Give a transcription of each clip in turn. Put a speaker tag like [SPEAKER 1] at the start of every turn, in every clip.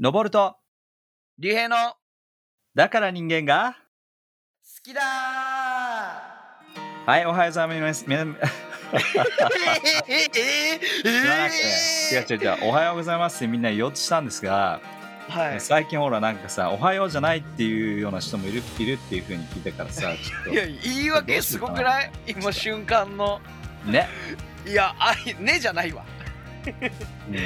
[SPEAKER 1] 登ると、
[SPEAKER 2] 竜兵の好
[SPEAKER 1] だから人間が、
[SPEAKER 2] きだ
[SPEAKER 1] はい、おはようございます。みな
[SPEAKER 2] ーえーえーえ
[SPEAKER 1] 言わなく
[SPEAKER 2] ー
[SPEAKER 1] て違う違う違う、おはようございますってみんな言おうとしたんですが、
[SPEAKER 2] はい
[SPEAKER 1] 最近ほらなんかさ、おはようじゃないっていうような人もいるいるっていうふうに聞いたから さ、ちょ
[SPEAKER 2] いや言い訳すごくない今瞬間の
[SPEAKER 1] っとね、
[SPEAKER 2] いやあいねじゃないわ
[SPEAKER 1] う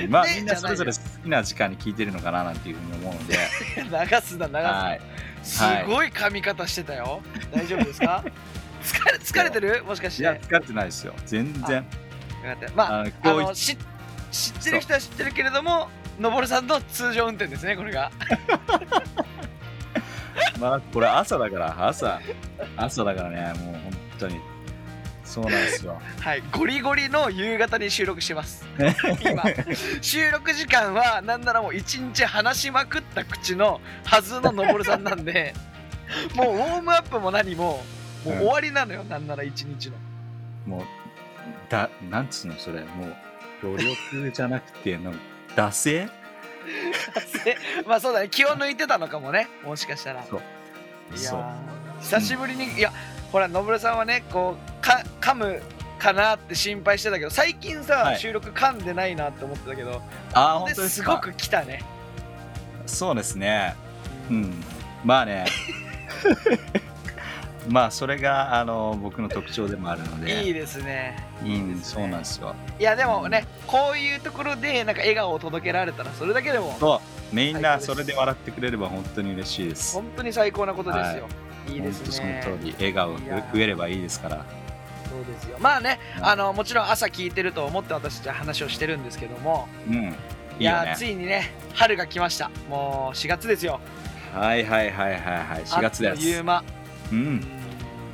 [SPEAKER 1] んまあ
[SPEAKER 2] ね
[SPEAKER 1] みんなそれぞれ好きな時間に聞いてるのかななんていうふうに思う ので、
[SPEAKER 2] 流すな流すな
[SPEAKER 1] はい、
[SPEAKER 2] すごい髪型してたよ大丈夫ですか 疲れ疲れてるもしかし
[SPEAKER 1] い
[SPEAKER 2] て
[SPEAKER 1] や、
[SPEAKER 2] よ
[SPEAKER 1] 疲れてないですよ、全然。
[SPEAKER 2] かったまあ
[SPEAKER 1] あの
[SPEAKER 2] あ
[SPEAKER 1] 今日
[SPEAKER 2] のし知ってる人は知ってるけれどものぼるさんの通常運転ですねこれが
[SPEAKER 1] まあ、これ朝だから、朝、朝だからね、もう本当に。そうなんですよ。
[SPEAKER 2] はい、ゴリゴリの夕方に収録して ます。今、収録時間はなんならもう一日話しまくった口のはずののぼるさんな んで、もうウォームアップも何も、もう終わりなのよ、なんなら一日の。
[SPEAKER 1] もう、だ、なんつうの、それ、もう、努力じゃなくて、なんか、惰性
[SPEAKER 2] でまあそうだね、気を抜いてたのかもね、もしかしたら。い
[SPEAKER 1] そう。
[SPEAKER 2] や
[SPEAKER 1] そう。
[SPEAKER 2] ー、久しぶりに、いや、ほら、のぼるさんはね、こう、か噛むかなって心配してたけど、最近さ、
[SPEAKER 1] はい
[SPEAKER 2] 収録噛んでないなって思ってたけど、
[SPEAKER 1] あー、本
[SPEAKER 2] で
[SPEAKER 1] 当です
[SPEAKER 2] す
[SPEAKER 1] か
[SPEAKER 2] ごく来たね。
[SPEAKER 1] そうですね。うん。まあね。 まあ、それが、あの、僕の特徴でもあるので。
[SPEAKER 2] いいですね。
[SPEAKER 1] うん、そうなんですよ。
[SPEAKER 2] いやでもね、こういうところでなんか笑顔を届けられたらそれだけでも
[SPEAKER 1] そう、みん
[SPEAKER 2] 最高
[SPEAKER 1] な
[SPEAKER 2] です
[SPEAKER 1] それで笑ってくれれば本当に嬉しいです。
[SPEAKER 2] 本当に最高なことですよ。い、いですね。
[SPEAKER 1] 本当その通り、笑顔が
[SPEAKER 2] いやー
[SPEAKER 1] 増えればいいですから。
[SPEAKER 2] そうですよ。まあね、
[SPEAKER 1] うん
[SPEAKER 2] あのもちろん朝聞いてると思って私たちは話をしてるんですけども、
[SPEAKER 1] うん。いいよ
[SPEAKER 2] や
[SPEAKER 1] ね
[SPEAKER 2] つ。いにね春が来ました。もう4月ですよ。
[SPEAKER 1] はいはいはいはいはい4月で
[SPEAKER 2] あっという
[SPEAKER 1] す
[SPEAKER 2] 間。
[SPEAKER 1] うん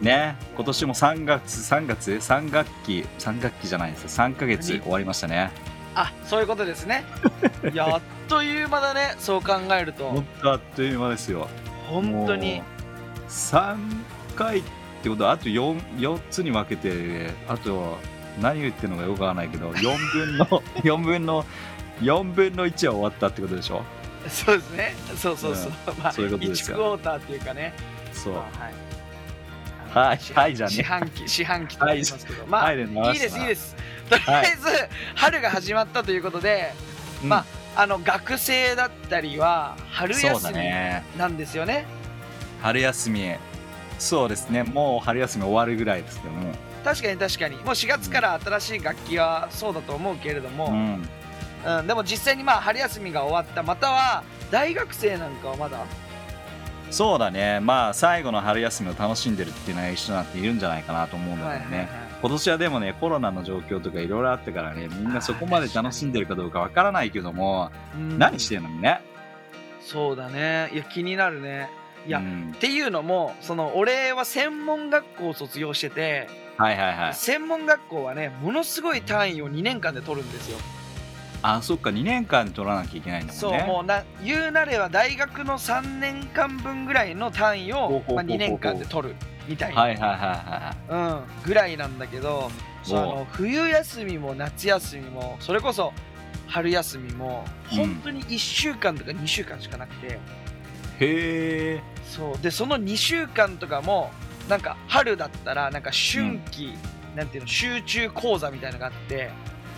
[SPEAKER 1] ね今年も3月3月3学期3学期じゃないです3ヶ月
[SPEAKER 2] 何
[SPEAKER 1] 終わりましたね
[SPEAKER 2] あそういうことで すね。いやあっという間だね。そう考えると
[SPEAKER 1] 本当あっという間ですよ
[SPEAKER 2] 本当に
[SPEAKER 1] もう3回ってことはあと 4, 4つに分けてあと何言ってるのかよくわからないけ ど4分の4分の4分の1は終わったってことでしょ
[SPEAKER 2] そうですね。そうそうそう。まあ
[SPEAKER 1] そういうことですよ
[SPEAKER 2] 1クォーターっていうかね。
[SPEAKER 1] そう
[SPEAKER 2] まあはい。
[SPEAKER 1] はい
[SPEAKER 2] 四
[SPEAKER 1] はいじゃね
[SPEAKER 2] 四半期、四半期と言いますけど、まあ、、
[SPEAKER 1] はいいで流
[SPEAKER 2] いです、
[SPEAKER 1] す
[SPEAKER 2] いい
[SPEAKER 1] な
[SPEAKER 2] です。とりあえず、春が始まったということで、
[SPEAKER 1] うん
[SPEAKER 2] まあの学生だったりは春
[SPEAKER 1] そう
[SPEAKER 2] 休
[SPEAKER 1] だ
[SPEAKER 2] み
[SPEAKER 1] ね
[SPEAKER 2] なんですよね。
[SPEAKER 1] 春休みそうですねもう春休み終わるぐらいですけども
[SPEAKER 2] 確かに確かに、もう4月から新しい楽器はそうだと思うけれど
[SPEAKER 1] う
[SPEAKER 2] も、
[SPEAKER 1] ん
[SPEAKER 2] うん、でも実際にまあ春休みが終わった、または大学生なんかはまだ、
[SPEAKER 1] そうだね、まあ最後の春休みを楽しんでるっていうのは一緒になっているんじゃないかなと思うんだけどね、今年はでもね、コロナの状況とかいろいろあったからね、みんなそこまで楽しんでるかどうかわからないけども、
[SPEAKER 2] うん
[SPEAKER 1] 何してんのにね。
[SPEAKER 2] そうだね、いや気になるね。いや
[SPEAKER 1] うん
[SPEAKER 2] っていうのもその俺は専門学校を卒業してて、
[SPEAKER 1] はいはいはい。
[SPEAKER 2] 専門学校はねものすごい単位を2年間で取るんですよ、
[SPEAKER 1] あ、そっか、2年間取らなきゃいけないんだもん
[SPEAKER 2] そう
[SPEAKER 1] ね。
[SPEAKER 2] もうな言うなれば大学の3年間分ぐらいの単位
[SPEAKER 1] ほうほう
[SPEAKER 2] を
[SPEAKER 1] ほう、ほう
[SPEAKER 2] まあ、2年間で取るみたいな、
[SPEAKER 1] はいはいはいは
[SPEAKER 2] うん、ぐらいなんだけどそうあの冬休みも夏休みもそれこそ春休みも
[SPEAKER 1] うん
[SPEAKER 2] 本当に1週間とか2週間しかなくて、
[SPEAKER 1] い。へえ。
[SPEAKER 2] そうでその2週間とかもなんか春だったらなんか春季、なんていうの集中講座みたいなのがあって。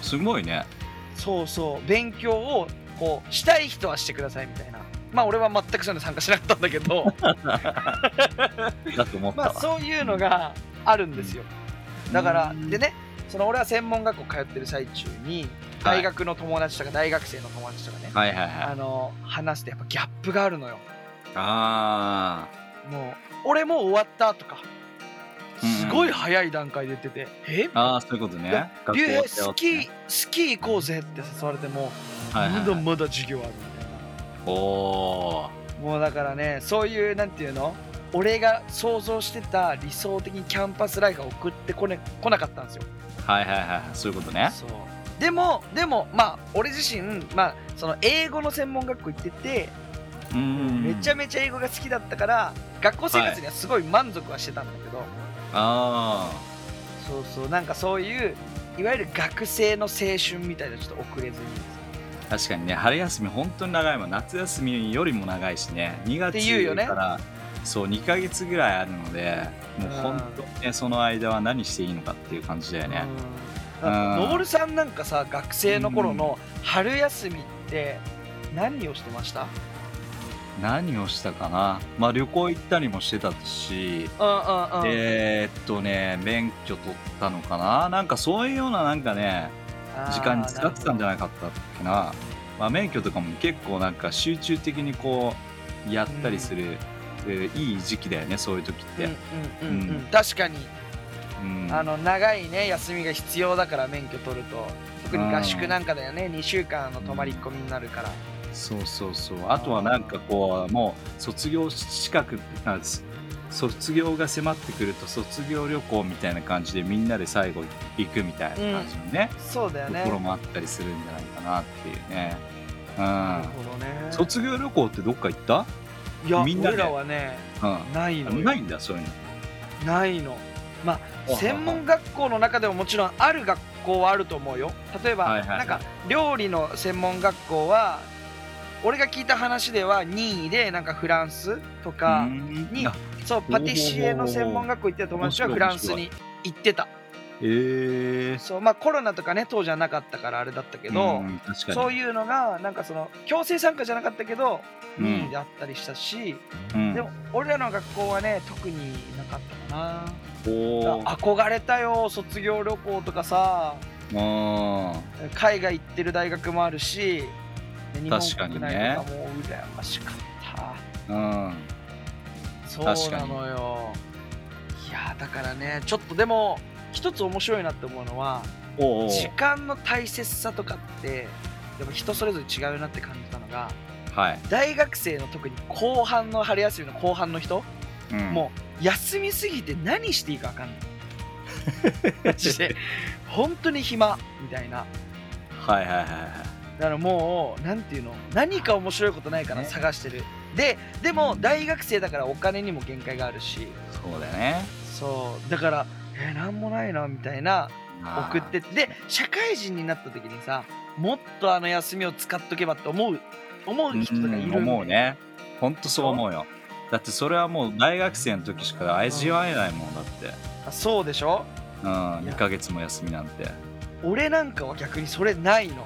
[SPEAKER 1] すごいね。
[SPEAKER 2] そうそう勉強をこうしたい人はしてくださいみたいなまあ俺は全くそういうの参加しなかったんだけ ど
[SPEAKER 1] だと思った
[SPEAKER 2] まあ
[SPEAKER 1] わ。
[SPEAKER 2] そういうのがあるんですよだから
[SPEAKER 1] うん
[SPEAKER 2] でねその俺は専門学校通ってる最中に
[SPEAKER 1] はい
[SPEAKER 2] 大学の友達とか大学生の友達とかね、
[SPEAKER 1] はいはいは
[SPEAKER 2] あ
[SPEAKER 1] い。
[SPEAKER 2] の話してやっぱギャップがあるのよ
[SPEAKER 1] あ
[SPEAKER 2] もう俺もう終わったとか
[SPEAKER 1] うん
[SPEAKER 2] すごい早い段階で言ってて「え
[SPEAKER 1] ー。あーそういうことね。
[SPEAKER 2] 竜兵
[SPEAKER 1] 学校
[SPEAKER 2] スキースキー行こうぜ」って誘われても
[SPEAKER 1] はい
[SPEAKER 2] ま
[SPEAKER 1] はい
[SPEAKER 2] だ
[SPEAKER 1] はい。
[SPEAKER 2] まだ授業あるみたいな。
[SPEAKER 1] おー。
[SPEAKER 2] もうだからねそういうなんていうの俺が想像してた理想的キャンパスライフを送ってこ,、ね、来なかったんですよ
[SPEAKER 1] はいはいはい。そういうことね。
[SPEAKER 2] そうでもでもまあ俺自身、まあ、その英語の専門学校行ってて、
[SPEAKER 1] うん。
[SPEAKER 2] めちゃめちゃ英語が好きだったから学校生活にはすごい満足はしてたんだけど、
[SPEAKER 1] ああ。
[SPEAKER 2] そうそうなんかそういういわゆる学生の青春みたいなちょっと遅れずに
[SPEAKER 1] 確かにね春休み本当に長いもん夏休みよりも長いしね2月
[SPEAKER 2] て言うよね
[SPEAKER 1] からそう2ヶ月ぐらいあるのでもう本当にねその間は何していいのかっていう感じだよね、
[SPEAKER 2] うん
[SPEAKER 1] うん
[SPEAKER 2] のぼるさんなんかさ学生の頃の春休みって何をしてました
[SPEAKER 1] 何をしたかなまあ旅行行ったりもしてたし
[SPEAKER 2] うんうんうん
[SPEAKER 1] えーっとね免許取ったのかななんかそういうようななんかね時間に使ってたんじゃ
[SPEAKER 2] ゃ
[SPEAKER 1] ないかったっけなまあ、免許とかも結構なんか集中的にこうやったりする、えーいい時期だよねそういう時って、
[SPEAKER 2] うんうんうんうん
[SPEAKER 1] うん
[SPEAKER 2] 確かに
[SPEAKER 1] うん
[SPEAKER 2] あの長いね休みが必要だから免許取ると特に合宿なんかだよね2週間の泊まりっ込みになるから
[SPEAKER 1] そうそうそうあとはなんかこうもう卒業資格あす卒業が迫ってくると卒業旅行みたいな感じでみんなで最後行くみたいな感じのね、
[SPEAKER 2] そうだよね
[SPEAKER 1] ところもあったりするんじゃないかなっていうね
[SPEAKER 2] なる
[SPEAKER 1] う
[SPEAKER 2] ほどね
[SPEAKER 1] ん卒業旅行ってどっか行った
[SPEAKER 2] いや
[SPEAKER 1] みんなで
[SPEAKER 2] 俺らはねないの
[SPEAKER 1] う
[SPEAKER 2] よ
[SPEAKER 1] んないんだそういうの
[SPEAKER 2] ないのまあ
[SPEAKER 1] あ
[SPEAKER 2] 専門学校の中でももちろんある学校はあると思うよ例えば、
[SPEAKER 1] はいはいはい
[SPEAKER 2] なんか料理の専門学校は俺が聞いた話では任意でなんかフランスとか
[SPEAKER 1] うん
[SPEAKER 2] に
[SPEAKER 1] あ
[SPEAKER 2] そうパティシエの専門学校行ってた友達は
[SPEAKER 1] 面白
[SPEAKER 2] フ
[SPEAKER 1] い
[SPEAKER 2] ランスに行ってた
[SPEAKER 1] えー、
[SPEAKER 2] そうまあコロナとかね当時はなかったからあれだったけど、
[SPEAKER 1] うん確かに
[SPEAKER 2] そういうのがなんかその強制参加じゃなかったけど
[SPEAKER 1] うん
[SPEAKER 2] 任意であったりしたし、
[SPEAKER 1] うん
[SPEAKER 2] でも俺らの学校はね特になかったかな。
[SPEAKER 1] おー
[SPEAKER 2] 憧れたよ卒業旅行とかさ
[SPEAKER 1] あ
[SPEAKER 2] 海外行ってる大学もあるし日本
[SPEAKER 1] 確か
[SPEAKER 2] 国
[SPEAKER 1] に
[SPEAKER 2] 内
[SPEAKER 1] ね
[SPEAKER 2] とかもう羨ましかった
[SPEAKER 1] ーうん
[SPEAKER 2] そう
[SPEAKER 1] 確か
[SPEAKER 2] な
[SPEAKER 1] に
[SPEAKER 2] のよいやーだからねちょっとでも一つ面白いなって思うのは
[SPEAKER 1] おうおう
[SPEAKER 2] 時間の大切さとかってやっぱ人それぞれ違うなって感じたのが
[SPEAKER 1] はい、
[SPEAKER 2] 大学生の特に後半の春休みの後半の人、
[SPEAKER 1] うん
[SPEAKER 2] もう休みすぎて何していいか分かん ないマジで本当に暇みたいな
[SPEAKER 1] はいはいはいはい
[SPEAKER 2] だからもうなんていうの何か面白いことないかな、
[SPEAKER 1] ね
[SPEAKER 2] 探してるででも
[SPEAKER 1] うん
[SPEAKER 2] 大学生だからお金にも限界があるし
[SPEAKER 1] そうだよね
[SPEAKER 2] そうだからえー、なんもないなみたいな
[SPEAKER 1] あ
[SPEAKER 2] 送
[SPEAKER 1] ー
[SPEAKER 2] ってで社会人になった時にさもっとあの休みを使っとけばって思う思う人とかいるん
[SPEAKER 1] うん
[SPEAKER 2] で
[SPEAKER 1] 思うねほんとそう思うよだってそれはもう大学生の時しか味わえないもんだって、
[SPEAKER 2] あそうでしょ
[SPEAKER 1] うん、
[SPEAKER 2] いや
[SPEAKER 1] 2ヶ月も休みなんて
[SPEAKER 2] 俺なんかは逆にそれないの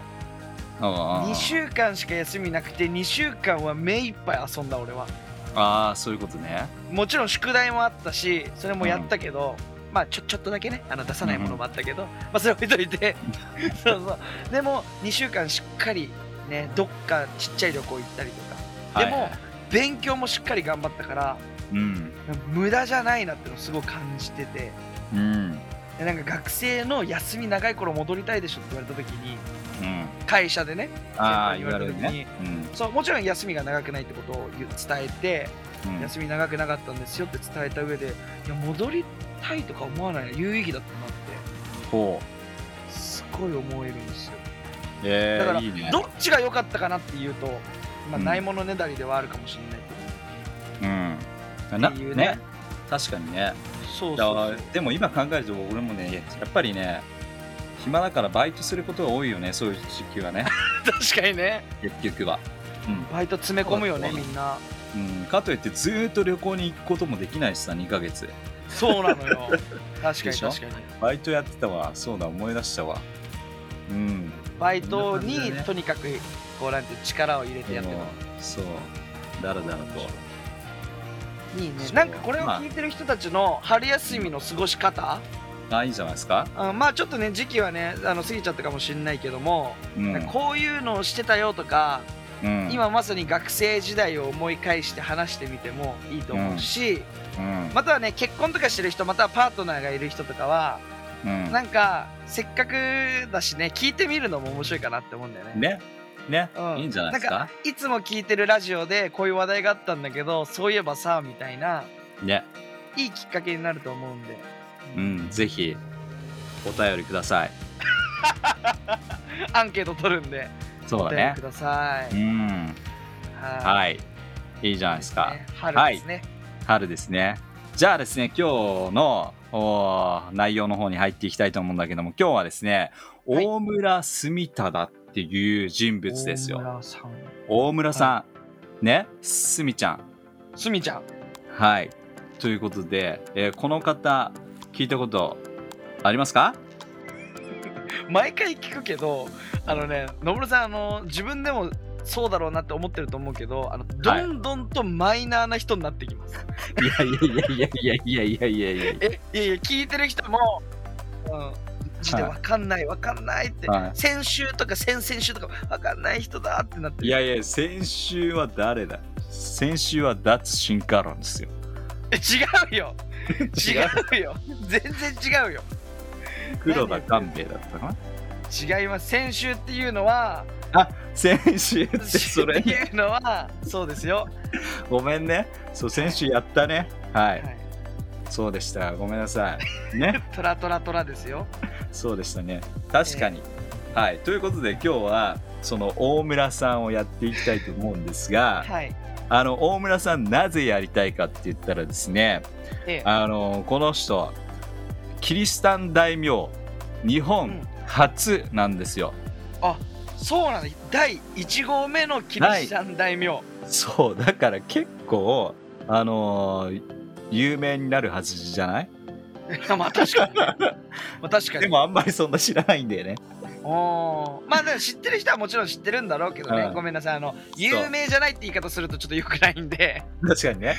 [SPEAKER 1] 2
[SPEAKER 2] 2週間しか休みなくて2週間は目いっぱい遊んだ俺は
[SPEAKER 1] ああそういうことね
[SPEAKER 2] もちろん宿題もあったしそれもやったけど、まあちょちょっとだけねあの出さないものもあったけど、まあそれ置いといて そうそうでも2週間しっかりねどっかちっちゃい旅行行ったりとかでも
[SPEAKER 1] はいはい
[SPEAKER 2] 勉強もしっかり頑張ったから
[SPEAKER 1] うん
[SPEAKER 2] 無駄じゃないなってのをすごい感じてて
[SPEAKER 1] うんうん
[SPEAKER 2] でなんか学生の休み長い頃戻りたいでしょって言われた時に会社でね
[SPEAKER 1] ああ
[SPEAKER 2] 先輩に
[SPEAKER 1] 言
[SPEAKER 2] 言わ
[SPEAKER 1] わ
[SPEAKER 2] れ
[SPEAKER 1] れ
[SPEAKER 2] た時
[SPEAKER 1] る
[SPEAKER 2] に
[SPEAKER 1] ね
[SPEAKER 2] そうもちろん休みが長くないってことを言う伝えて
[SPEAKER 1] うん、うん、
[SPEAKER 2] 休み長くなかったんですよって伝えた上でいや戻りたいとか思わない有意義だったなって
[SPEAKER 1] ほう
[SPEAKER 2] すごい思えるんですよ
[SPEAKER 1] え
[SPEAKER 2] だから
[SPEAKER 1] ー、いいね
[SPEAKER 2] どっちが良かったかなっていうと、まあ、
[SPEAKER 1] うん
[SPEAKER 2] ないものねだりではあるかもしれない
[SPEAKER 1] うん
[SPEAKER 2] っ
[SPEAKER 1] な
[SPEAKER 2] てい
[SPEAKER 1] ね
[SPEAKER 2] うね
[SPEAKER 1] 確かにね
[SPEAKER 2] けど、そう
[SPEAKER 1] いや
[SPEAKER 2] そう
[SPEAKER 1] でも今考えると俺もねやっぱりね暇だからバイトすることが多いよねそういう時期はね
[SPEAKER 2] 確かにね
[SPEAKER 1] 結局は、
[SPEAKER 2] バイト詰め込むよね
[SPEAKER 1] そう
[SPEAKER 2] み
[SPEAKER 1] だ
[SPEAKER 2] んな
[SPEAKER 1] うんうん、かといってずーっと旅行に行くこともできないしさ2ヶ月
[SPEAKER 2] そうなのよ確か
[SPEAKER 1] で
[SPEAKER 2] に
[SPEAKER 1] しょ
[SPEAKER 2] 確かに
[SPEAKER 1] バイトやってたわそうだ思い出したわうん
[SPEAKER 2] バイト
[SPEAKER 1] そんな感
[SPEAKER 2] に
[SPEAKER 1] じだね
[SPEAKER 2] とにかくこうなんて力を入れてやってた
[SPEAKER 1] もうそうだらだらと
[SPEAKER 2] いいね
[SPEAKER 1] そう
[SPEAKER 2] なんかこれを
[SPEAKER 1] まあ
[SPEAKER 2] 聞いてる人たちの春休みの過ごし方、
[SPEAKER 1] あいいじゃないですか、
[SPEAKER 2] あまあちょっとね時期はねあの過ぎちゃったかもしれないけども
[SPEAKER 1] うん
[SPEAKER 2] こういうのをしてたよとか、
[SPEAKER 1] うん、
[SPEAKER 2] 今まさに学生時代を思い返して話してみてもいいと思うし、
[SPEAKER 1] うん
[SPEAKER 2] またはね結婚とかしてる人またはパートナーがいる人とかは、
[SPEAKER 1] うん
[SPEAKER 2] なんかせっかくだしね聞いてみるのも面白いかなって思うんだよね。
[SPEAKER 1] ねね、
[SPEAKER 2] うん
[SPEAKER 1] いいんじゃないですか
[SPEAKER 2] なんいつも聞いてるラジオでこういう話題があったんだけどそういえばさみたいな
[SPEAKER 1] ね
[SPEAKER 2] いいきっかけになると思うん で
[SPEAKER 1] うんぜひお便りください
[SPEAKER 2] アンケート取るんで
[SPEAKER 1] そ
[SPEAKER 2] お
[SPEAKER 1] うだ
[SPEAKER 2] 便り
[SPEAKER 1] ね
[SPEAKER 2] ください。
[SPEAKER 1] うん
[SPEAKER 2] はい
[SPEAKER 1] はいいいじゃないですか、
[SPEAKER 2] ね春ですね。
[SPEAKER 1] 春ですねじゃあですね今日のおー内容の方に入っていきたいと思うんだけども今日はですね
[SPEAKER 2] はい
[SPEAKER 1] 大村住忠っていう人物ですよ。
[SPEAKER 2] 大村さん
[SPEAKER 1] 大村さん、ね、すみちゃん。
[SPEAKER 2] すみちゃん
[SPEAKER 1] はい。ということで、えーこの方、聞いたことありますか
[SPEAKER 2] 毎回聞くけどあのねのぼるさんあの自分でもそうだろうなって思ってると思うけどあのど
[SPEAKER 1] はい
[SPEAKER 2] んどんとマイナーな人になってきます、
[SPEAKER 1] いやいやいやいやいやいやいやいやい
[SPEAKER 2] えいやいや聞いてる人も、うん、マジで
[SPEAKER 1] はい
[SPEAKER 2] わかんないわかんないって、
[SPEAKER 1] はい
[SPEAKER 2] 先週とか先々週とかわかんない人だってなってる
[SPEAKER 1] や。いや、先週は誰だ先週は脱進化論ですよ。
[SPEAKER 2] え 違うよ違うよ全然違うよ
[SPEAKER 1] 黒田官兵衛だったかな
[SPEAKER 2] 違います先週っていうのは
[SPEAKER 1] 先週って それ
[SPEAKER 2] 先週っていうのはそうですよ、
[SPEAKER 1] ごめんね。そう、先週やったね。は。
[SPEAKER 2] はい
[SPEAKER 1] そうでした。ごめんなさい。ね。
[SPEAKER 2] い、トラトラトラですよ
[SPEAKER 1] そうでしたね。確かに。はい。ということで、今日は、その大村さんをやっていきたいと思うんですが、
[SPEAKER 2] はい
[SPEAKER 1] あの、大村さんなぜやりたいかって言ったらですね、
[SPEAKER 2] ええ
[SPEAKER 1] あの、この人、キリシタン大名、日
[SPEAKER 2] うん
[SPEAKER 1] 本初なんですよ。
[SPEAKER 2] そうなんだ第1号目のキリシタン大名、
[SPEAKER 1] そう、だから結構、あの有名になるはずじゃない
[SPEAKER 2] いや まあ確 かにね、まあ、確かに
[SPEAKER 1] でもあんまりそんな知らないんだよね。
[SPEAKER 2] おーまあでも知ってる人はもちろん知ってるんだろうけどね、
[SPEAKER 1] うん
[SPEAKER 2] ごめんなさいあの有名じゃないって言い方するとちょっとよくないんで
[SPEAKER 1] 確かにね。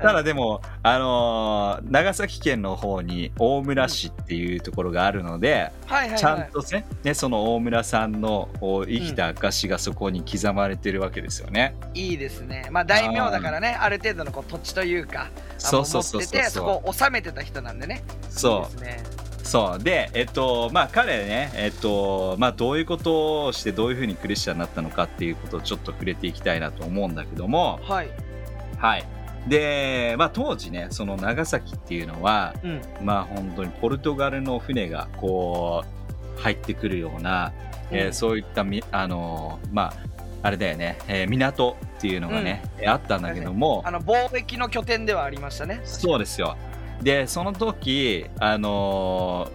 [SPEAKER 1] ただでも、あのー長崎県の方に大村市っていうところがあるので、
[SPEAKER 2] はいはい、はい、
[SPEAKER 1] ちゃんとねねその大村さんのお生きた証がそこに刻まれてるわけですよね。
[SPEAKER 2] いいですねまあ大名だからねある程度のこう土地というか
[SPEAKER 1] そうそうそう
[SPEAKER 2] あの持っ
[SPEAKER 1] そ
[SPEAKER 2] て
[SPEAKER 1] う
[SPEAKER 2] てそこ
[SPEAKER 1] そ
[SPEAKER 2] を治めてた人なんでね
[SPEAKER 1] うそ
[SPEAKER 2] いいですね
[SPEAKER 1] うそうでえっとまあ彼ねえっとまあどういうことをしてどういうふうにクリスチャンになったのかっていうことをちょっと触れていきたいなと思うんだけども
[SPEAKER 2] はい
[SPEAKER 1] はいでまあ当時ねその長崎っていうのは
[SPEAKER 2] うん
[SPEAKER 1] まあ本当にポルトガルの船がこう入ってくるような、えー
[SPEAKER 2] うん
[SPEAKER 1] そういったみあのーまああれだよね、えー港っていうのがね、えーあったんだけども
[SPEAKER 2] あの貿易の拠点ではありましたね
[SPEAKER 1] そうですよでその時あの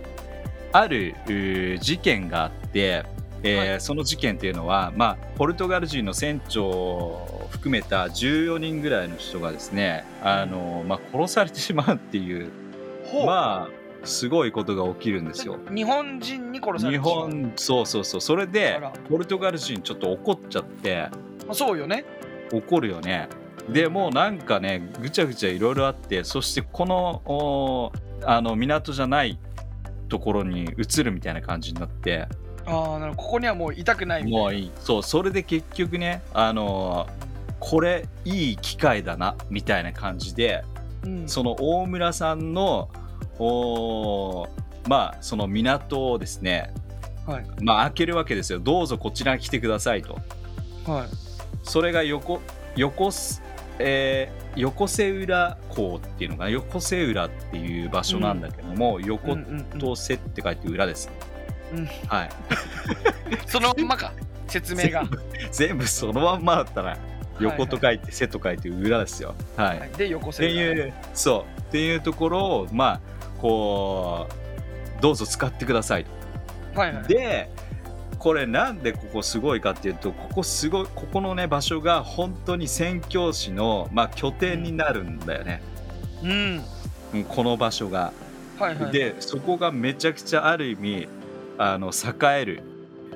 [SPEAKER 1] ーあるうー事件があって、えー
[SPEAKER 2] は
[SPEAKER 1] その事件っていうのは、まあ、ポルトガル人の船長を含めた14人ぐらいの人がですね、あのーまあ、殺されてしまうっていう
[SPEAKER 2] ほう、
[SPEAKER 1] まあすごいことが起きるんですよ。
[SPEAKER 2] 日本人に殺され
[SPEAKER 1] 日
[SPEAKER 2] てしまう
[SPEAKER 1] 本そうそうそうそれで
[SPEAKER 2] あら
[SPEAKER 1] ポルトガル人ちょっと怒っちゃって
[SPEAKER 2] まあそうよね
[SPEAKER 1] 怒るよね。でもうなんかねぐちゃぐちゃいろいろあってそしてこのおーあの港じゃないところに移るみたいな感じになって
[SPEAKER 2] ああなるほどここにはもう痛くないみたい
[SPEAKER 1] もういいそうそれで結局ねあのーこれいい機会だなみたいな感じで
[SPEAKER 2] な、うん
[SPEAKER 1] その大村さんのおーまあその港をですね、
[SPEAKER 2] はい
[SPEAKER 1] まあ開けるわけですよどうぞこちらに来てくださいと
[SPEAKER 2] はい
[SPEAKER 1] それが横横す、えー横瀬浦港っていうのが横瀬浦っていう場所なんだけども、横
[SPEAKER 2] うんうんうん
[SPEAKER 1] と瀬って書いて裏です、
[SPEAKER 2] うん
[SPEAKER 1] はい
[SPEAKER 2] そのまんまか説明が、
[SPEAKER 1] 全部そのまんまだったら
[SPEAKER 2] いはい
[SPEAKER 1] 横と書いて瀬と書いて裏ですよはい
[SPEAKER 2] はい、で横
[SPEAKER 1] っ
[SPEAKER 2] 線
[SPEAKER 1] て
[SPEAKER 2] が
[SPEAKER 1] いうそうっていうところをまあこうどうぞ使ってくださいと
[SPEAKER 2] はいはい
[SPEAKER 1] でこれなんでここすごいかっていうとここすごいここのね場所が本当に宣教師の、まあ、拠点になるんだよね、
[SPEAKER 2] うん
[SPEAKER 1] うんこの場所が。
[SPEAKER 2] はいはい
[SPEAKER 1] でそこがめちゃくちゃある意味あの栄える。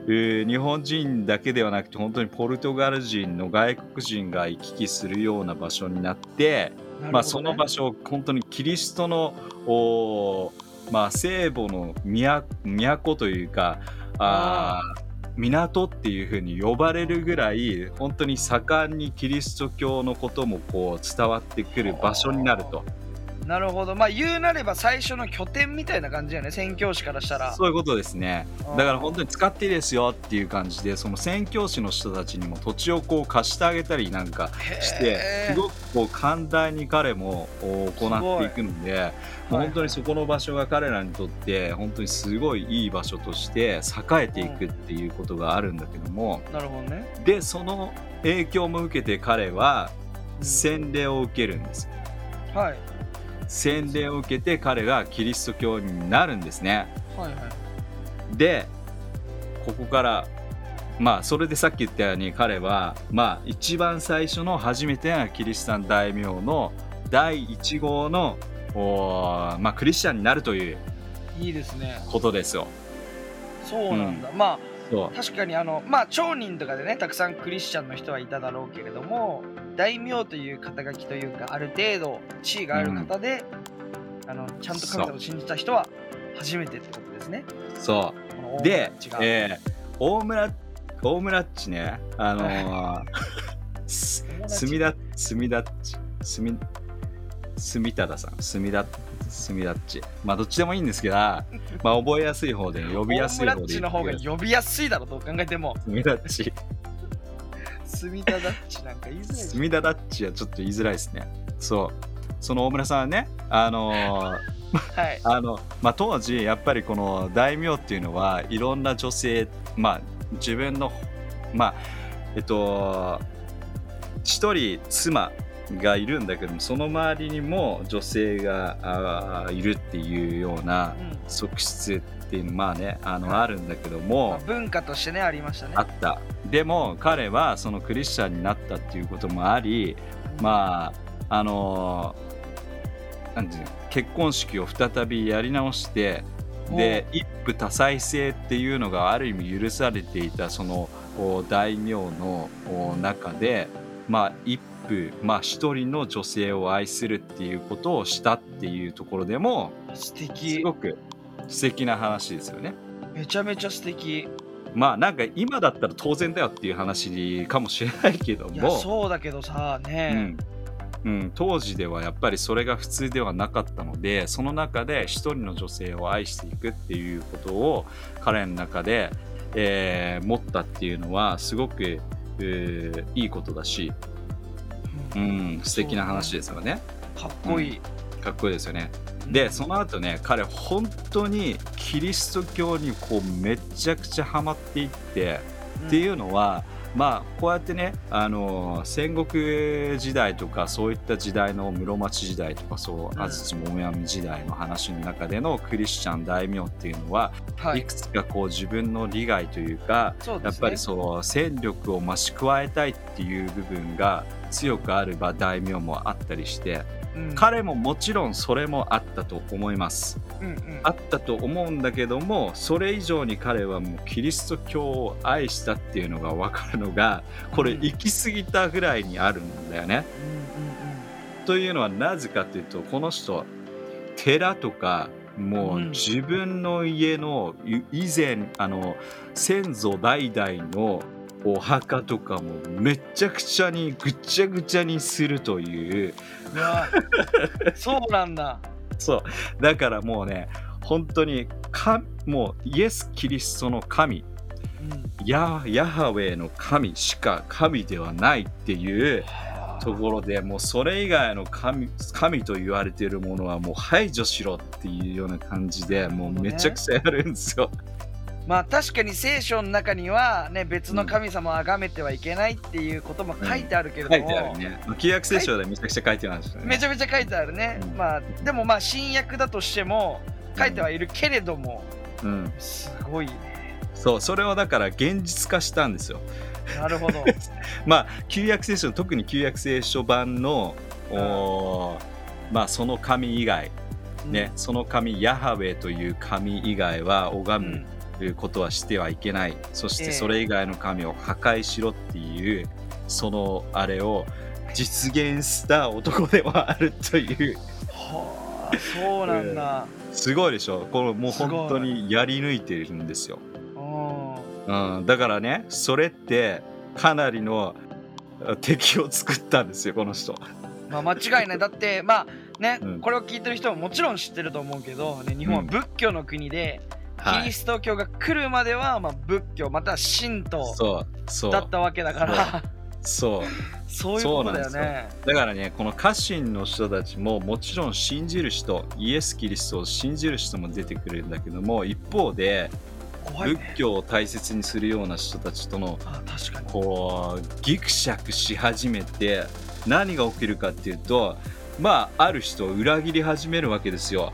[SPEAKER 1] えー日本人だけではなくて本当にポルトガル人の外国人が行き来するような場所になって、まあ、その場
[SPEAKER 2] 所
[SPEAKER 1] 所を本当にキリストのおー、まあ、聖母の都都というかあー港っていうふうに呼ばれるぐらい本当に盛んにキリスト教のこともこう伝わってくる場所になると
[SPEAKER 2] なるほどまあ言うなれば最初の拠点みたいな感じよね宣教師からしたら
[SPEAKER 1] そういうことですね
[SPEAKER 2] うん
[SPEAKER 1] だから本当に使っていいですよっていう感じでその宣教師の人たちにも土地をこう貸してあげたりなんかして
[SPEAKER 2] へー
[SPEAKER 1] すごくこう寛大に彼もお行っていくのでもう本当にそこの場所が彼らにとって本当にすごいいい場所として栄えていくっていうことがあるんだけども
[SPEAKER 2] なるほどね、
[SPEAKER 1] でその影響も受けて彼は
[SPEAKER 2] うん
[SPEAKER 1] 洗礼を受けるんです
[SPEAKER 2] はい
[SPEAKER 1] 洗礼を受けて彼がキリスト教になるんですね
[SPEAKER 2] はいはい
[SPEAKER 1] でここからまあそれでさっき言ったように彼はまあ一番最初の初めてのキリシタン大名の第1号のおーまあクリスチャンになるという
[SPEAKER 2] いいですね
[SPEAKER 1] ことですよ。
[SPEAKER 2] そうなんだ、ま
[SPEAKER 1] そ
[SPEAKER 2] あ確かにあのまあ町人とかでねたくさんクリスチャンの人はいただろうけれども大名という肩書きというかある程度地位がある方で、あのちゃんと神様を信じた人は初めてってことですね
[SPEAKER 1] うそう
[SPEAKER 2] この大村
[SPEAKER 1] で
[SPEAKER 2] たちが、
[SPEAKER 1] えー大村大村っちねあのーす
[SPEAKER 2] 友達
[SPEAKER 1] 墨田墨田っち墨墨田さん墨田墨田っちまあどっちでもいいんですけど、まあ、覚えやすい方 で呼びやすい
[SPEAKER 2] 大
[SPEAKER 1] 方
[SPEAKER 2] 村っ
[SPEAKER 1] で
[SPEAKER 2] ちの方が呼びやすいだろうと考えても
[SPEAKER 1] 墨田っち
[SPEAKER 2] 隅田だっちなんか言いづらいし
[SPEAKER 1] 墨田ダッチはちょっと言いづらいですねそうその大村さんはねあのー
[SPEAKER 2] はい
[SPEAKER 1] あの、まあ、当時やっぱりこの大名っていうのはいろんな女性まあ自分のまあえっと一人妻がいるんだけどもその周りにも女性があーいるっていうような
[SPEAKER 2] うん
[SPEAKER 1] 側室っていうのまあねあの
[SPEAKER 2] はい
[SPEAKER 1] あるんだけど
[SPEAKER 2] まあ
[SPEAKER 1] も
[SPEAKER 2] 文化としてねありましたね
[SPEAKER 1] あったでも彼はそのクリスチャンになったっていうこともありまああのーなんていうの結婚式を再びやり直してで一夫多妻制っていうのがある意味許されていたそのお大名のお中で、まあ、一夫、まあ、一人の女性を愛するっていうことをしたっていうところでも
[SPEAKER 2] お素
[SPEAKER 1] す
[SPEAKER 2] 敵
[SPEAKER 1] ごく素敵な話ですよね。
[SPEAKER 2] めちゃめちゃ素敵
[SPEAKER 1] まあなんか今だったら当然だよっていう話かもしれないけど
[SPEAKER 2] いや
[SPEAKER 1] も。
[SPEAKER 2] そうだけどさ
[SPEAKER 1] う
[SPEAKER 2] ね
[SPEAKER 1] んうん、当時ではやっぱりそれが普通ではなかったのでその中で一人の女性を愛していくっていうことを彼の中で、えー持ったっていうのはすごく、えーいいことだし、
[SPEAKER 2] う
[SPEAKER 1] うんん、素敵な話ですよね
[SPEAKER 2] かっこいい
[SPEAKER 1] かっこいいですよねでその後ね彼本当にキリスト教にこうめちゃくちゃハマっていって、
[SPEAKER 2] うん
[SPEAKER 1] っていうのは、まあこうやってね、あのー戦国時代とかそういった時代の室町時代とかそう
[SPEAKER 2] うん
[SPEAKER 1] 安土桃山時代の話の中でのクリスチャン大名っていうのは、、
[SPEAKER 2] はいい
[SPEAKER 1] くつかこう自分の利害というか
[SPEAKER 2] そうです
[SPEAKER 1] や
[SPEAKER 2] ね
[SPEAKER 1] っぱりそう戦力を増し加えたいっていう部分が強くあるば大名もあったりして
[SPEAKER 2] うん
[SPEAKER 1] 彼ももちろんそれもあったと思います。
[SPEAKER 2] うんうん
[SPEAKER 1] あったと思うんだけどもそれ以上に彼はもうキリスト教を愛したっていうのが分かるのがこれ
[SPEAKER 2] うん
[SPEAKER 1] 行き過ぎたぐらいにあるんだよね。
[SPEAKER 2] うん
[SPEAKER 1] というのはなぜかというとこの人寺とかもう
[SPEAKER 2] うん
[SPEAKER 1] 自分の家のい以前あの先祖代々のお墓とかもめちゃくちゃにぐっちゃぐちゃにするという
[SPEAKER 2] うんう んうわそうなんだ
[SPEAKER 1] そうだからもうね本当にかもうイエス・キリストの神
[SPEAKER 2] うん
[SPEAKER 1] ヤヤハウェの神しか神ではないっていうところでもうそれ以外の神神と言われているものはもう排除しろっていうような感じでもうめちゃくちゃやるんですよ。
[SPEAKER 2] まあ確かに聖書の中にはね別の神様を崇めてはいけないっていうことも書いてあるけれ
[SPEAKER 1] 書
[SPEAKER 2] ど
[SPEAKER 1] いてあ
[SPEAKER 2] も
[SPEAKER 1] るね。旧約聖書でめちゃくちゃ書いてあるんですよね。
[SPEAKER 2] めちゃめちゃ書いてあるね
[SPEAKER 1] うん
[SPEAKER 2] まあでもまあ新約だとしても書いてはいるけれども
[SPEAKER 1] うん、
[SPEAKER 2] すごいね
[SPEAKER 1] そうそれをだから現実化したんですよ。
[SPEAKER 2] なるほど
[SPEAKER 1] まあ旧約聖書特に旧約聖書版の、おーまあ、その神以外、 ねその神ヤハウェという神以外は
[SPEAKER 2] う
[SPEAKER 1] 拝む
[SPEAKER 2] ん
[SPEAKER 1] ということはしてはいけないそし
[SPEAKER 2] ええ
[SPEAKER 1] てそれ以外の神を破壊しろっていうそのあれを実現した男ではあるという
[SPEAKER 2] はあそうなんだ
[SPEAKER 1] すごいでしょこのもう
[SPEAKER 2] すごい
[SPEAKER 1] 本当にやり抜いているんですよ、
[SPEAKER 2] うん
[SPEAKER 1] うん、だからねそれってかなりのあ敵を作ったんですよこの人
[SPEAKER 2] まあ間違いないだってまあね、
[SPEAKER 1] うん
[SPEAKER 2] これを聞いてる人ももちろん知ってると思うけど、ね、日本は
[SPEAKER 1] うん
[SPEAKER 2] 仏教の国で、
[SPEAKER 1] は
[SPEAKER 2] キ
[SPEAKER 1] い
[SPEAKER 2] リスト教が来るまでは、まあ、仏教または神道
[SPEAKER 1] そうそ
[SPEAKER 2] だ
[SPEAKER 1] う
[SPEAKER 2] ったわけだから
[SPEAKER 1] そう
[SPEAKER 2] そういうことだよ
[SPEAKER 1] そうなん
[SPEAKER 2] ね
[SPEAKER 1] だからねこの家臣の人たちももちろん信じる人イエス・キリストを信じる人も出てくるんだけども一方で
[SPEAKER 2] 怖い
[SPEAKER 1] 仏
[SPEAKER 2] ね
[SPEAKER 1] 教を大切にするような人たちとの
[SPEAKER 2] あ確かに
[SPEAKER 1] こうギクシャクし始めて何が起きるかっていうとまあある人を裏切り始めるわけですよ。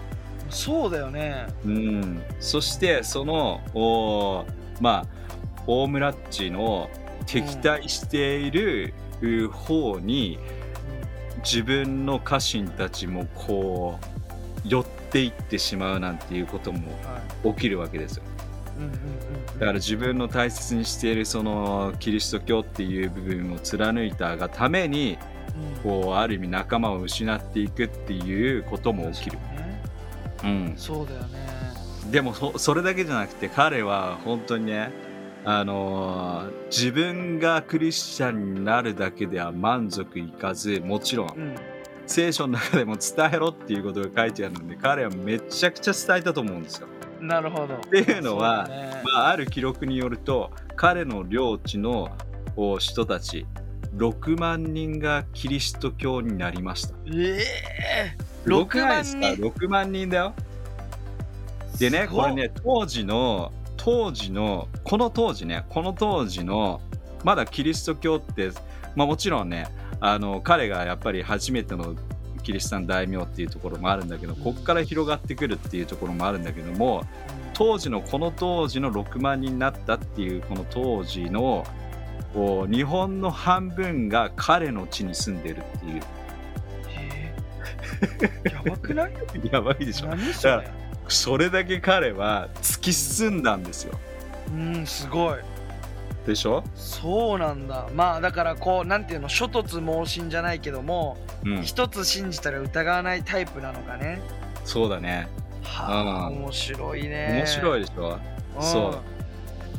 [SPEAKER 2] そうだよね
[SPEAKER 1] うん、そしてそのおーまあ大村っちの敵対しているう方に自分の家臣たちもこう寄っていってしまうなんていうことも
[SPEAKER 2] はい
[SPEAKER 1] 起きるわけですよ
[SPEAKER 2] うんうんうん
[SPEAKER 1] だから自分の大切にしているそのキリスト教っていう部分を貫いたがために
[SPEAKER 2] うん
[SPEAKER 1] こうある意味仲間を失っていくっていうことも起きる、
[SPEAKER 2] ね
[SPEAKER 1] うん、
[SPEAKER 2] そうだよね
[SPEAKER 1] でもそそれだけじゃなくて彼は本当にねあのー自分がクリスチャンになるだけでは満足いかずもちろん
[SPEAKER 2] うん
[SPEAKER 1] 聖書の中でも伝えろっていうことが書いてあるので彼はめちゃくちゃ伝えたと思うんですよ。
[SPEAKER 2] なるほどって
[SPEAKER 1] いうのは
[SPEAKER 2] ね
[SPEAKER 1] まあ、ある記録によると彼の領地のお人たち6万人がキリスト教になりました。
[SPEAKER 2] ええ6万人
[SPEAKER 1] 6万人だよ。でね
[SPEAKER 2] すご
[SPEAKER 1] こ
[SPEAKER 2] っ
[SPEAKER 1] れね当時の当時のこの当時ねこの当時のまだキリスト教って、まあ、もちろんねあの彼がやっぱり初めてのキリシタン大名っていうところもあるんだけどこっから広がってくるっていうところもあるんだけども当時のこの当時の6万人になったっていうこの当時のこう日本の半分が彼の地に住んでるっていう
[SPEAKER 2] ええやばくない
[SPEAKER 1] やばい でしょ
[SPEAKER 2] 何そ
[SPEAKER 1] だ
[SPEAKER 2] れ
[SPEAKER 1] それだけ彼は突き進んだんですよ
[SPEAKER 2] うんすごい
[SPEAKER 1] でしょ、
[SPEAKER 2] そうなんだまあだからこうなんていうの諸突猛進じゃないけども
[SPEAKER 1] うん、
[SPEAKER 2] 一つ信じたら疑わないタイプなのかね
[SPEAKER 1] そうだね
[SPEAKER 2] はあ
[SPEAKER 1] うん
[SPEAKER 2] 面白いね
[SPEAKER 1] 面白
[SPEAKER 2] い
[SPEAKER 1] いでしょそう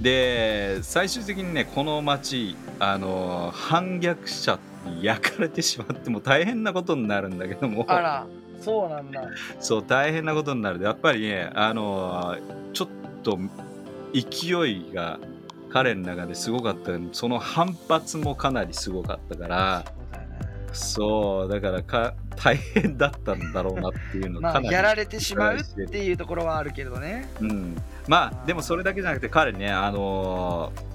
[SPEAKER 1] で最終的にねこの町あの反逆者に焼かれてしまってもう大変なことになるんだけども
[SPEAKER 2] あらそうなんだ
[SPEAKER 1] そう大変なことになるやっぱりねあのちょっと勢いが彼の中ですごかったその反発もかなりすごかったから
[SPEAKER 2] そうだよね
[SPEAKER 1] そうだからか大変だったんだろうなっていうの
[SPEAKER 2] ま
[SPEAKER 1] か
[SPEAKER 2] あ
[SPEAKER 1] なり
[SPEAKER 2] やられてしまうっていうところはあるけれどね
[SPEAKER 1] うん、まあでもそれだけじゃなくて彼ねあのー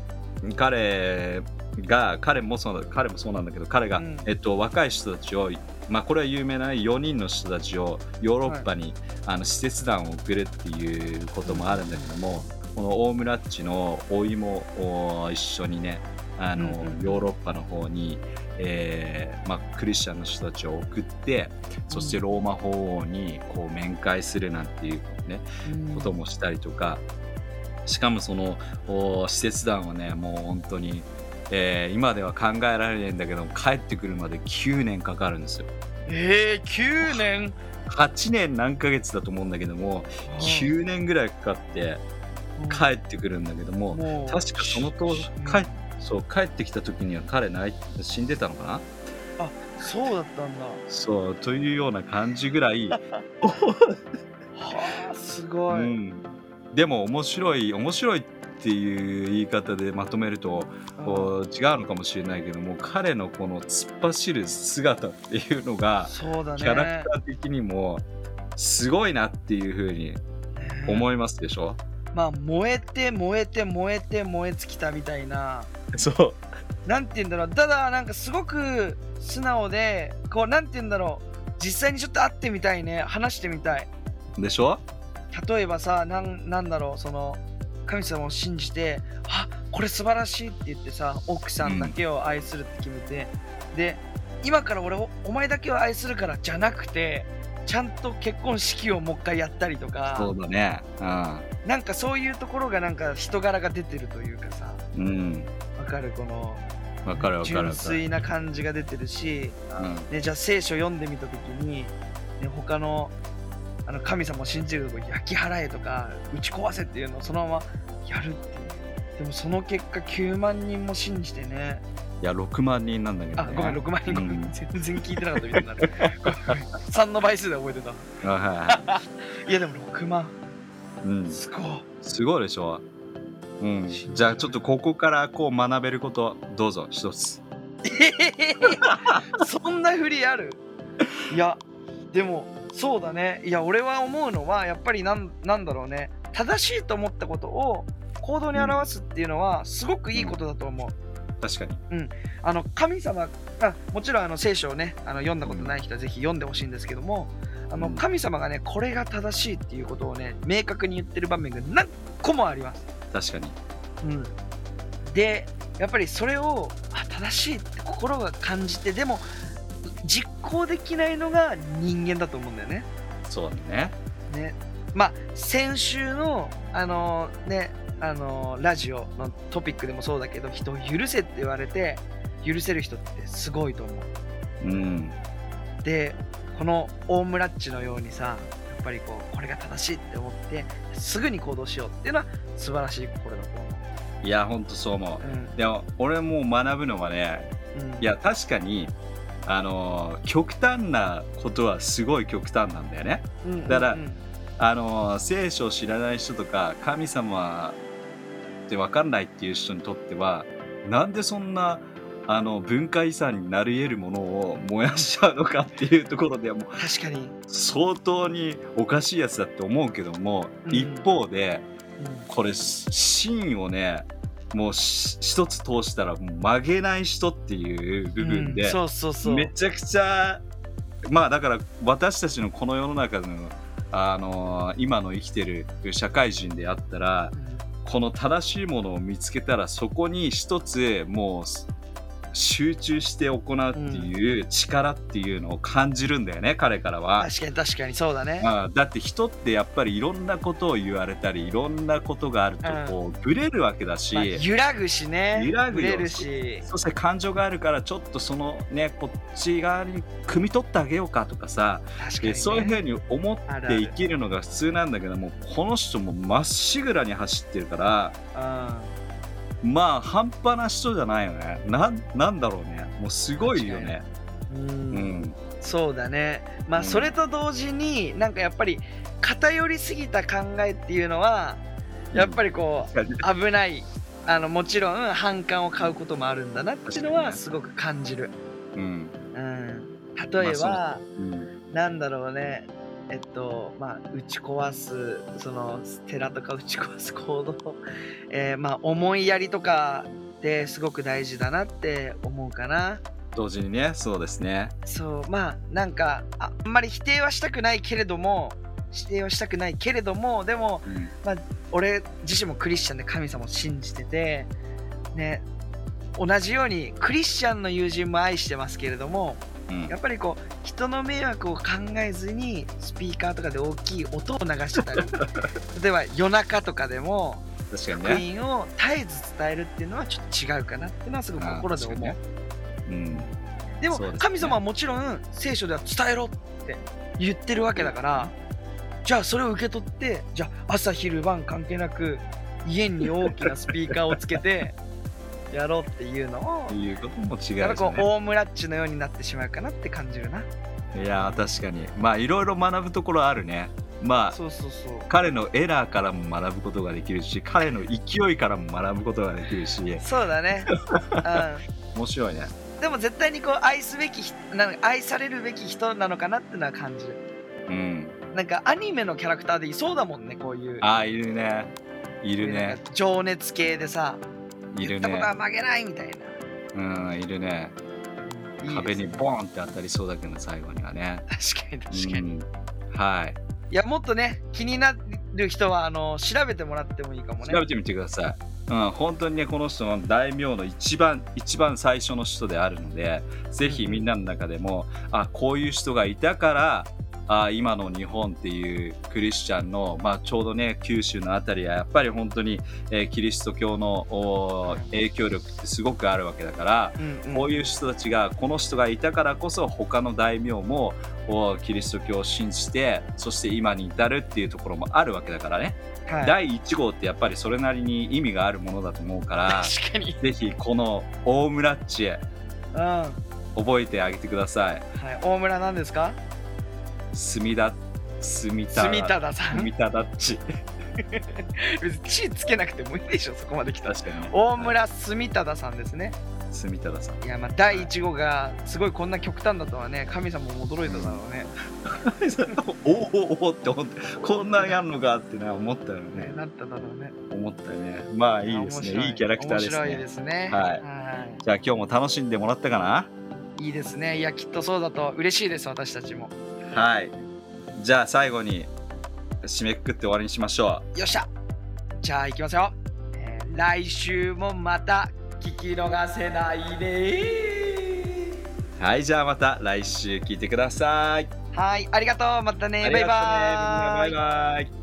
[SPEAKER 1] 彼が彼もそう彼もそうなんだけど彼が、
[SPEAKER 2] うん
[SPEAKER 1] えっと、若い人たちを、まあ、これは有名な4人の人たちをヨーロッパに、あの使節団を送るっていうこともあるんだけども、この大村っちのおいもお一緒にねあの、
[SPEAKER 2] うんうん
[SPEAKER 1] ヨーロッパの方に、えーまあ、クリスチャンの人たちを送ってそしてローマ法王にこう面会するなんていうねこともしたりとかしかもそのお施設団はねもう本当に、えー今では考えられないんだけど帰ってくるまで9年かかるんですよ
[SPEAKER 2] ええ9年
[SPEAKER 1] 8年何ヶ月だと思うんだけども9年ぐらいかかって帰ってくるんだけども
[SPEAKER 2] もう
[SPEAKER 1] 確かその当時
[SPEAKER 2] うん
[SPEAKER 1] 帰っそう帰ってきた時には彼ない死んでたのかな
[SPEAKER 2] そうだったんだ
[SPEAKER 1] そうというような感じぐら い、
[SPEAKER 2] はあす
[SPEAKER 1] う
[SPEAKER 2] ごい、
[SPEAKER 1] ん、でも面白い面白いっていう言い方でまとめると、
[SPEAKER 2] うん
[SPEAKER 1] こう違うのかもしれないけども彼のこの突っ走る姿っていうのが
[SPEAKER 2] そうだね
[SPEAKER 1] キャラクター的にもすごいなっていうふうに
[SPEAKER 2] ね
[SPEAKER 1] 思いますでしょ、
[SPEAKER 2] まあ燃えて燃えて燃えて燃え尽きたみたいな
[SPEAKER 1] そう
[SPEAKER 2] なんて言うんだろうただなんかすごく素直でこうなんて言うんだろう実際にちょっと会ってみたいね話してみたい
[SPEAKER 1] でしょ
[SPEAKER 2] 例えばさなんなんだろうその神様を信じて「あこれ素晴らしい」って言ってさ奥さんだけを愛するって決めて、で今から俺をお前だけを愛するからじゃなくてちゃんと結婚式をもう一回やったりと
[SPEAKER 1] そ
[SPEAKER 2] か
[SPEAKER 1] うだね
[SPEAKER 2] なんかそういうところがなんか人柄が出てるというかさ
[SPEAKER 1] うんうん
[SPEAKER 2] わかるこの
[SPEAKER 1] わかるわかるわ
[SPEAKER 2] 純
[SPEAKER 1] かる
[SPEAKER 2] 粋な感じが出てるし、
[SPEAKER 1] うん
[SPEAKER 2] ね、じゃあ聖書読んでみた時に、ね、他のあの神様を信じるとこ焼き払えとか打ち壊せっていうのをそのままやるっていうでもその結果9万人も信じてね
[SPEAKER 1] いや6万人なんだけど
[SPEAKER 2] あ
[SPEAKER 1] ね
[SPEAKER 2] ごめん6万人ごめ
[SPEAKER 1] うん
[SPEAKER 2] ん 全然聞いてなかったみたいになるごめん3の倍数で覚えてた
[SPEAKER 1] はいはい
[SPEAKER 2] やでも6万
[SPEAKER 1] いうん
[SPEAKER 2] すごい
[SPEAKER 1] すごいでしょうん、じゃあちょっとここからこう学べることどうぞ一つ
[SPEAKER 2] そんなふりあるいやでもそうだねいや俺は思うのはやっぱりなんなんだろうね正しいと思ったことを行動に表すっていうのはすごくいいことだと思う、
[SPEAKER 1] 確かに
[SPEAKER 2] あの神様あもちろんあの聖書をねあの読んだことない人はぜひ読んでほしいんですけどもあの
[SPEAKER 1] うん
[SPEAKER 2] 神様がねこれが正しいっていうことをね明確に言ってる場面が何個もあります
[SPEAKER 1] 確かに
[SPEAKER 2] うん、でやっぱりそれをあ正しいって心が感じてでも実行できないのが人間だと思うんだよね。
[SPEAKER 1] そうだね
[SPEAKER 2] ねまあ先週のあのねあのラジオのトピックでもそうだけど人を許せって言われて許せる人ってすごいと思
[SPEAKER 1] う
[SPEAKER 2] う。
[SPEAKER 1] ん
[SPEAKER 2] でこの大村っちのようにさやっぱりこうこれが正しいって思ってすぐに行動しようっていうのは素晴らしい心だと思
[SPEAKER 1] いやほんとそう思
[SPEAKER 2] う。うん
[SPEAKER 1] うでも俺もう学ぶのはね
[SPEAKER 2] うん、
[SPEAKER 1] いや確かにあのー極端なことはすごい極端なんだよね
[SPEAKER 2] うん、うん
[SPEAKER 1] だから
[SPEAKER 2] うん
[SPEAKER 1] あのー聖書を知らない人とか神様って分かんないっていう人にとってはなんでそんなあの文化遺産になり得るものを燃やしちゃうのかっていうところではもう
[SPEAKER 2] 確かに、
[SPEAKER 1] 相当におかしいやつだって思うけども、
[SPEAKER 2] うん
[SPEAKER 1] 一方で
[SPEAKER 2] うん
[SPEAKER 1] これ芯をねもうし一つ通したらもう曲げない人っていう部分
[SPEAKER 2] う
[SPEAKER 1] で
[SPEAKER 2] ん、そうそうそう
[SPEAKER 1] めちゃくちゃまあだから私たちのこの世の中の、あのー今の生きてる社会人であったらこの正しいものを見つけたらそこに一つもうす集中して行うっていう力っていうのを感じるんだよね、彼からは。
[SPEAKER 2] 確かに確かにそうだね
[SPEAKER 1] ああだって人ってやっぱりいろんなことを言われたりいろんなことがあると
[SPEAKER 2] うん
[SPEAKER 1] こうブレるわけだし、
[SPEAKER 2] まあ揺らぐしね
[SPEAKER 1] 揺らぐよ
[SPEAKER 2] ぶれるし
[SPEAKER 1] そして感情があるからちょっとそのねこっち側に汲み取ってあげようかとかさ
[SPEAKER 2] 確か
[SPEAKER 1] え
[SPEAKER 2] に、ね、
[SPEAKER 1] そういうふうに思っ
[SPEAKER 2] あるあ
[SPEAKER 1] て
[SPEAKER 2] る
[SPEAKER 1] 生きるのが普通なんだけどもこの人もまっしぐらに走ってるから
[SPEAKER 2] う
[SPEAKER 1] まあ半端な人じゃないよねなんなんだろうねもうすごいよね
[SPEAKER 2] ん、
[SPEAKER 1] う
[SPEAKER 2] うん
[SPEAKER 1] ん
[SPEAKER 2] そうだねまあ、
[SPEAKER 1] うん
[SPEAKER 2] それと同時になんかやっぱり偏りすぎた考えっていうのはやっぱりこ
[SPEAKER 1] 確かに
[SPEAKER 2] う危ないあのもちろん反感を買うこともあるんだなっていう
[SPEAKER 1] 確
[SPEAKER 2] の
[SPEAKER 1] かにね
[SPEAKER 2] はすごく感じる、
[SPEAKER 1] うん
[SPEAKER 2] うん、例えば、
[SPEAKER 1] まうん
[SPEAKER 2] なんだろうねえっとまあ打ち壊すその寺とか打ち壊す行動、 えーまあ思いやりとかってすごく大事だなって思うかな
[SPEAKER 1] 同時にねそうですね
[SPEAKER 2] そうまあなんかああんまり否定はしたくないけれども否定はしたくないけれどもでも
[SPEAKER 1] うん
[SPEAKER 2] 俺自身もクリスチャンで神様を信じててね同じようにクリスチャンの友人も愛してますけれども
[SPEAKER 1] うん
[SPEAKER 2] やっぱりこう人の迷惑を考えずにスピーカーとかで大きい音を流して たり例えば夜中とかでも
[SPEAKER 1] 確かに
[SPEAKER 2] 福
[SPEAKER 1] ね
[SPEAKER 2] 音を絶えず伝えるっていうのはちょっと違うかなっていうのはすごく
[SPEAKER 1] あー
[SPEAKER 2] 心で思う、
[SPEAKER 1] 確かにね
[SPEAKER 2] でも
[SPEAKER 1] そうですね
[SPEAKER 2] 神様はもちろん聖書では伝えろって言ってるわけだから、じゃあそれを受け取ってじゃあ朝昼晩関係なく家に大きなスピーカーをつけ てやろうっていうのを
[SPEAKER 1] うんいうことも違うしね
[SPEAKER 2] やっぱこう大村っちのようになってしまうかなって感じるな。
[SPEAKER 1] いやー確かにまあいろいろ学ぶところあるねまあ
[SPEAKER 2] そうそうそう
[SPEAKER 1] 彼のエラーからも学ぶことができるし彼の勢いからも学ぶことができるし
[SPEAKER 2] そうだね、
[SPEAKER 1] 面白いね
[SPEAKER 2] うん、でも絶対にこう愛すべき人なんか愛されるべき人なのかなってのは感じる
[SPEAKER 1] うん
[SPEAKER 2] なんかアニメのキャラクターでいそうだもんねこういう
[SPEAKER 1] ああいるねいるね
[SPEAKER 2] なんか情熱系でさ
[SPEAKER 1] い
[SPEAKER 2] 言
[SPEAKER 1] る
[SPEAKER 2] ったことは
[SPEAKER 1] ね
[SPEAKER 2] 曲げないみたいな
[SPEAKER 1] うんいるね
[SPEAKER 2] いいです
[SPEAKER 1] 壁にボーンって当たりそうだけど最後にはね
[SPEAKER 2] 確かに確かに、
[SPEAKER 1] う
[SPEAKER 2] い
[SPEAKER 1] んはい
[SPEAKER 2] やもっとね気になる人はあの調べてもらってもいいかもね
[SPEAKER 1] 調べてみてくださいうん、本当にねこの人の大名の一番一番最初の人であるのでぜひみんなの中でもあこういう人がいたからあ今の日本っていうクリスチャンの、まあ、ちょうどね九州のあたりはやっぱり本当に、えーキリスト教のおー影響力ってすごくあるわけだから
[SPEAKER 2] うんうん
[SPEAKER 1] こういう人たちがこの人がいたからこそ他の大名もおーキリスト教を信じてそして今に至るっていうところもあるわけだからね。
[SPEAKER 2] はい
[SPEAKER 1] 第1号ってやっぱりそれなりに意味があるものだと思うから
[SPEAKER 2] 確かに、
[SPEAKER 1] ぜひこの大村っちへ
[SPEAKER 2] うんは
[SPEAKER 1] 覚えてあげてください
[SPEAKER 2] い、大村なんですか
[SPEAKER 1] 墨田墨田
[SPEAKER 2] 住田さん
[SPEAKER 1] 墨田だっち
[SPEAKER 2] 別に地つけなくてもいいでしょそこまで来たら
[SPEAKER 1] 確かにね
[SPEAKER 2] 大村住田さんですね
[SPEAKER 1] 墨田さん
[SPEAKER 2] いやまあ第1号がすごいこんな極端だとはね神様も驚いただろうね,、
[SPEAKER 1] おおおおって思ってこんなんやんのかってね思ったよ
[SPEAKER 2] ね
[SPEAKER 1] ね
[SPEAKER 2] なっただろうね
[SPEAKER 1] 思ったよねまあいいです
[SPEAKER 2] 面白
[SPEAKER 1] ねいいキャラクターです
[SPEAKER 2] 面白い
[SPEAKER 1] ね
[SPEAKER 2] ですね
[SPEAKER 1] はいじゃあ今日も楽しんでもらったかない
[SPEAKER 2] いいですねいやきっとそうだと嬉しいです私たちも
[SPEAKER 1] はいじゃあ最後に締めくくって終わりにしましょう
[SPEAKER 2] よっしゃじゃあいきますよ、えー来週もまた聞き逃せないね
[SPEAKER 1] はいじゃあまた来週聞いてください
[SPEAKER 2] はいありがとうまたね
[SPEAKER 1] ありがとうね
[SPEAKER 2] バイバーイ
[SPEAKER 1] みんなバイバイ